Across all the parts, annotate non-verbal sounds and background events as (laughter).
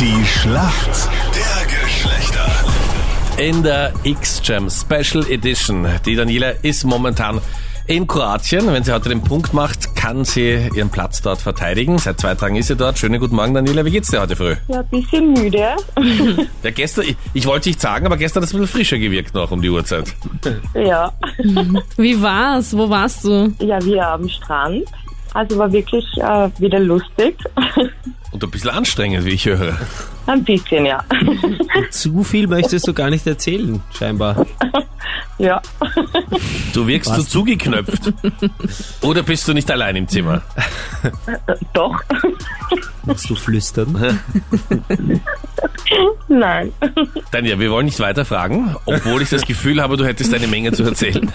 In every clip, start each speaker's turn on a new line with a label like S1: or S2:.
S1: Die Schlacht der Geschlechter.
S2: in der X-Jam Special Edition. Die Daniela ist momentan in Kroatien. Wenn sie heute den Punkt macht, kann sie ihren Platz dort verteidigen. Seit zwei Tagen ist sie dort. Schönen guten Morgen, Daniela. Wie geht's dir heute früh?
S3: Ja, ein bisschen müde. (laughs)
S2: Ja, gestern, ich, ich wollte nicht sagen, aber gestern hat es ein bisschen frischer gewirkt noch um die Uhrzeit.
S3: Ja.
S4: Wie war's? Wo warst du?
S3: Ja, wir am Strand. Also war wirklich äh, wieder lustig. (laughs)
S2: Und ein bisschen anstrengend, wie ich höre.
S3: Ein bisschen, ja.
S5: Zu viel möchtest du gar nicht erzählen, scheinbar.
S3: Ja.
S2: Du wirkst so (laughs) zugeknöpft. Oder bist du nicht allein im Zimmer?
S3: Doch.
S5: Musst du flüstern?
S3: Nein.
S2: Daniela, wir wollen nicht weiter fragen, obwohl ich das Gefühl habe, du hättest eine Menge zu erzählen.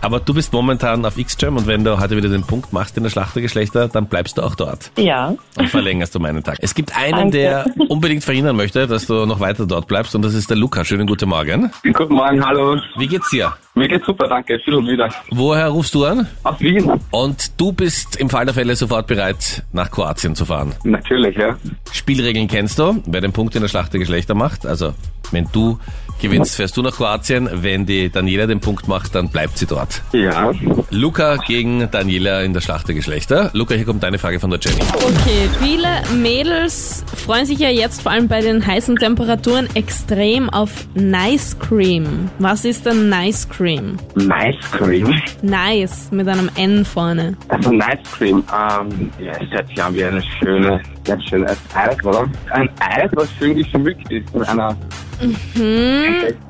S2: Aber du bist momentan auf X-Jam und wenn du heute wieder den Punkt machst in der Schlachtergeschlechter, dann bleibst du auch dort
S3: Ja.
S2: und verlängerst du meinen Tag. Es gibt einen,
S3: Danke.
S2: der unbedingt verhindern möchte, dass du noch weiter dort bleibst und das ist der Luca. Schönen guten Morgen.
S6: Guten Morgen, hallo.
S2: Wie geht's dir?
S6: Mir geht's super, danke. Schön wieder.
S2: Woher rufst du an?
S6: Aus Wien?
S2: Und du bist im Fall der Fälle sofort bereit, nach Kroatien zu fahren.
S6: Natürlich, ja.
S2: Spielregeln kennst du. Wer den Punkt in der Schlacht der Geschlechter macht, also wenn du gewinnst, fährst du nach Kroatien. Wenn die Daniela den Punkt macht, dann bleibt sie dort.
S6: Ja.
S2: Luca gegen Daniela in der Schlacht der Geschlechter. Luca, hier kommt deine Frage von der Jenny.
S4: Okay, viele Mädels freuen sich ja jetzt vor allem bei den heißen Temperaturen extrem auf Nice Cream. Was ist denn Nice Cream?
S6: Nice Cream.
S4: Nice mit einem N vorne.
S6: Also Nice Cream, ähm, ja, ist jetzt ja wie eine schöne, ganz schön als Eis, oder? Ein Eis, was schön geschmückt ist in einer...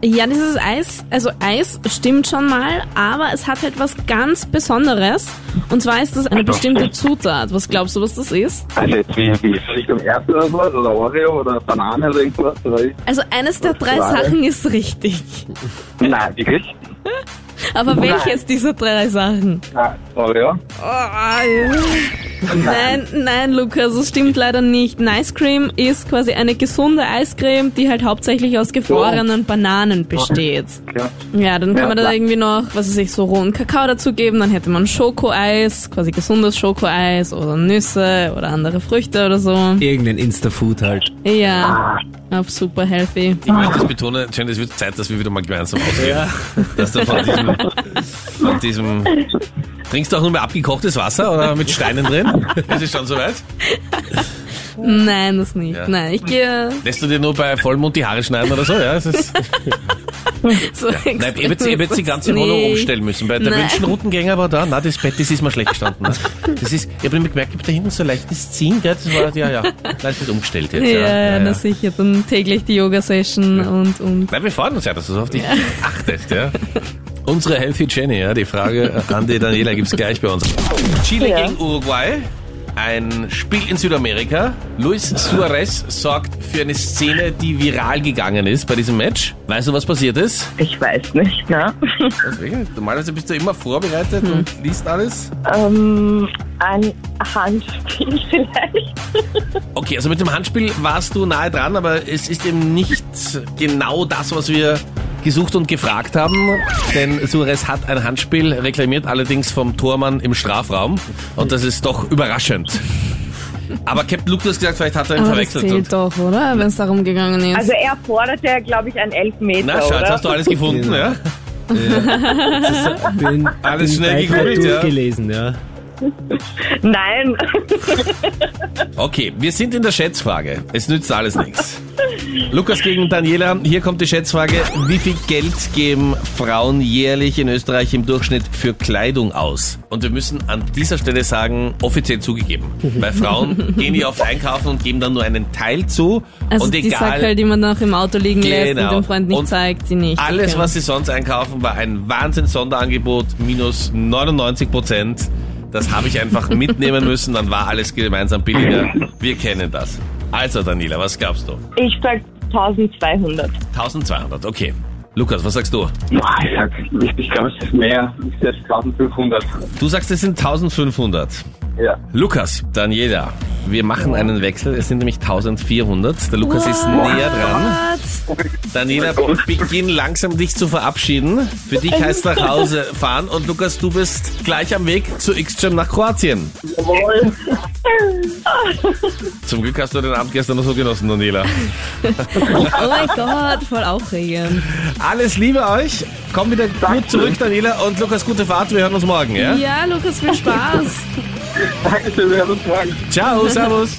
S4: Ja, dieses Eis, also Eis stimmt schon mal, aber es hat etwas ganz Besonderes. Und zwar ist das eine bestimmte Zutat. Was glaubst du, was das ist?
S6: Also jetzt wie, wie ist Richtung Erdbeer oder sowas, oder Oreo, oder Banane oder irgendwas, oder ich...
S4: Also eines der drei
S6: Frage.
S4: Sachen ist richtig.
S6: Nein, wirklich?
S4: Aber welches dieser drei Sachen?
S6: Nein, Oreo?
S4: Nein, nein, Lukas, das stimmt leider nicht. Ein Ice Cream ist quasi eine gesunde Eiscreme, die halt hauptsächlich aus gefrorenen Bananen besteht.
S6: Ja.
S4: Ja, dann kann man da
S6: klar.
S4: irgendwie noch, was weiß ich, so rohen Kakao dazugeben, dann hätte man Schokoeis, quasi gesundes Schokoeis oder Nüsse oder andere Früchte oder so.
S5: Irgendein Insta-Food halt.
S4: Ja, auf super healthy.
S2: Ich möchte das betonen, Jenny, es wird Zeit, dass wir wieder mal gemeinsam ausgehen. Dass du von diesem, von diesem... Trinkst du auch nur mehr abgekochtes Wasser oder mit Steinen drin? Ist es schon soweit?
S4: Nein, das nicht.
S2: Ja.
S4: Nein, ich gehe
S2: Lässt du dir nur bei Vollmond die Haare schneiden oder so? Ja, es ist...
S4: so extrem.
S2: Nein, ich würde jetzt die ganze Wohnung
S4: nicht.
S2: umstellen müssen. Bei der
S4: Nein.
S2: München Routengänger war da, na das Bett, das ist mal schlecht gestanden. Das ist, ich habe mir gemerkt, ich hab da hinten so leichtes Ziehen, gell? Das war, ja, ja, leicht wird umgestellt jetzt.
S4: Ja,
S2: Ja, ja,
S4: na sicher, dann täglich die Yoga-Session und, und
S2: Nein, wir freuen uns ja, dass du so auf dich achtest, ja. Unsere Healthy Jenny, ja, die Frage an die Daniela gibt's gleich bei uns. Chile
S3: Ja.
S2: gegen Uruguay, ein Spiel in Südamerika. Luis Suarez sorgt für eine Szene, die viral gegangen ist bei diesem Match. Weißt du, was passiert ist?
S3: Ich weiß nicht, ne?
S2: Deswegen, normalerweise bist du immer vorbereitet und liest alles.
S3: Ähm, ein Handspiel (laughs) vielleicht.
S2: Okay, also mit dem Handspiel warst du nahe dran, aber es ist eben nicht genau das, was wir gesucht und gefragt haben, denn Suarez hat ein Handspiel reklamiert, allerdings vom Tormann im Strafraum und das ist doch überraschend. Aber Captain Luke hat gesagt, vielleicht hat er ihn
S4: Aber Ah, das
S2: verwechselt. Und,
S4: zählt doch, oder? Wenn es darum gegangen ist.
S3: Also er forderte, glaube ich, einen Elfmeter,
S2: na, schau,
S3: oder?
S2: jetzt hast du alles gefunden,
S5: Genau.
S2: ja?
S5: Den,
S2: Alles schnell
S5: Beitrag
S2: gegoogelt, ja.
S5: durchgelesen, ja.
S3: Nein.
S2: Okay, wir sind in der Schätzfrage. Es nützt alles nichts. Lukas gegen Daniela, hier kommt die Schätzfrage. Wie viel Geld geben Frauen jährlich in Österreich im Durchschnitt für Kleidung aus? Und wir müssen an dieser Stelle sagen, offiziell zugegeben. Bei Frauen gehen die oft einkaufen und geben dann nur einen Teil zu.
S4: Also
S2: und
S4: die
S2: egal,
S4: Sackerl, die man noch im Auto liegen lässt und
S2: Genau.
S4: dem Freund nicht
S2: Und
S4: zeigt, die nicht.
S2: alles,
S4: Okay.
S2: was sie sonst einkaufen, war ein Wahnsinns-Sonderangebot, minus 99 Prozent. Das habe ich einfach mitnehmen müssen, dann war alles gemeinsam billiger. Wir kennen das. Also Daniela, was glaubst du?
S3: Ich sag 1200.
S2: 1200, okay. Lukas, was sagst du?
S6: Boah, ich sag, ich, ich glaube, es ist mehr. Es ist jetzt 1500.
S2: Du sagst, es sind 1500.
S6: Ja.
S2: Lukas, Daniela, wir machen einen Wechsel. Es sind nämlich 1400. Der Lukas ist näher dran.
S4: What?
S2: Daniela, beginn langsam dich zu verabschieden. Für dich heißt nach Hause fahren. Und Lukas, du bist gleich am Weg zu X-Gym nach Kroatien.
S6: Jawohl.
S2: Zum Glück hast du den Abend gestern noch so genossen, Daniela.
S4: Oh mein Gott, voll aufregend.
S2: Alles Liebe euch. Komm wieder gut zurück, Daniela. Und Lukas, gute Fahrt. Wir hören uns morgen, ja?
S4: Ja, Lukas, viel Spaß.
S6: Dankeschön, wir haben uns gefragt.
S2: Ciao, servus.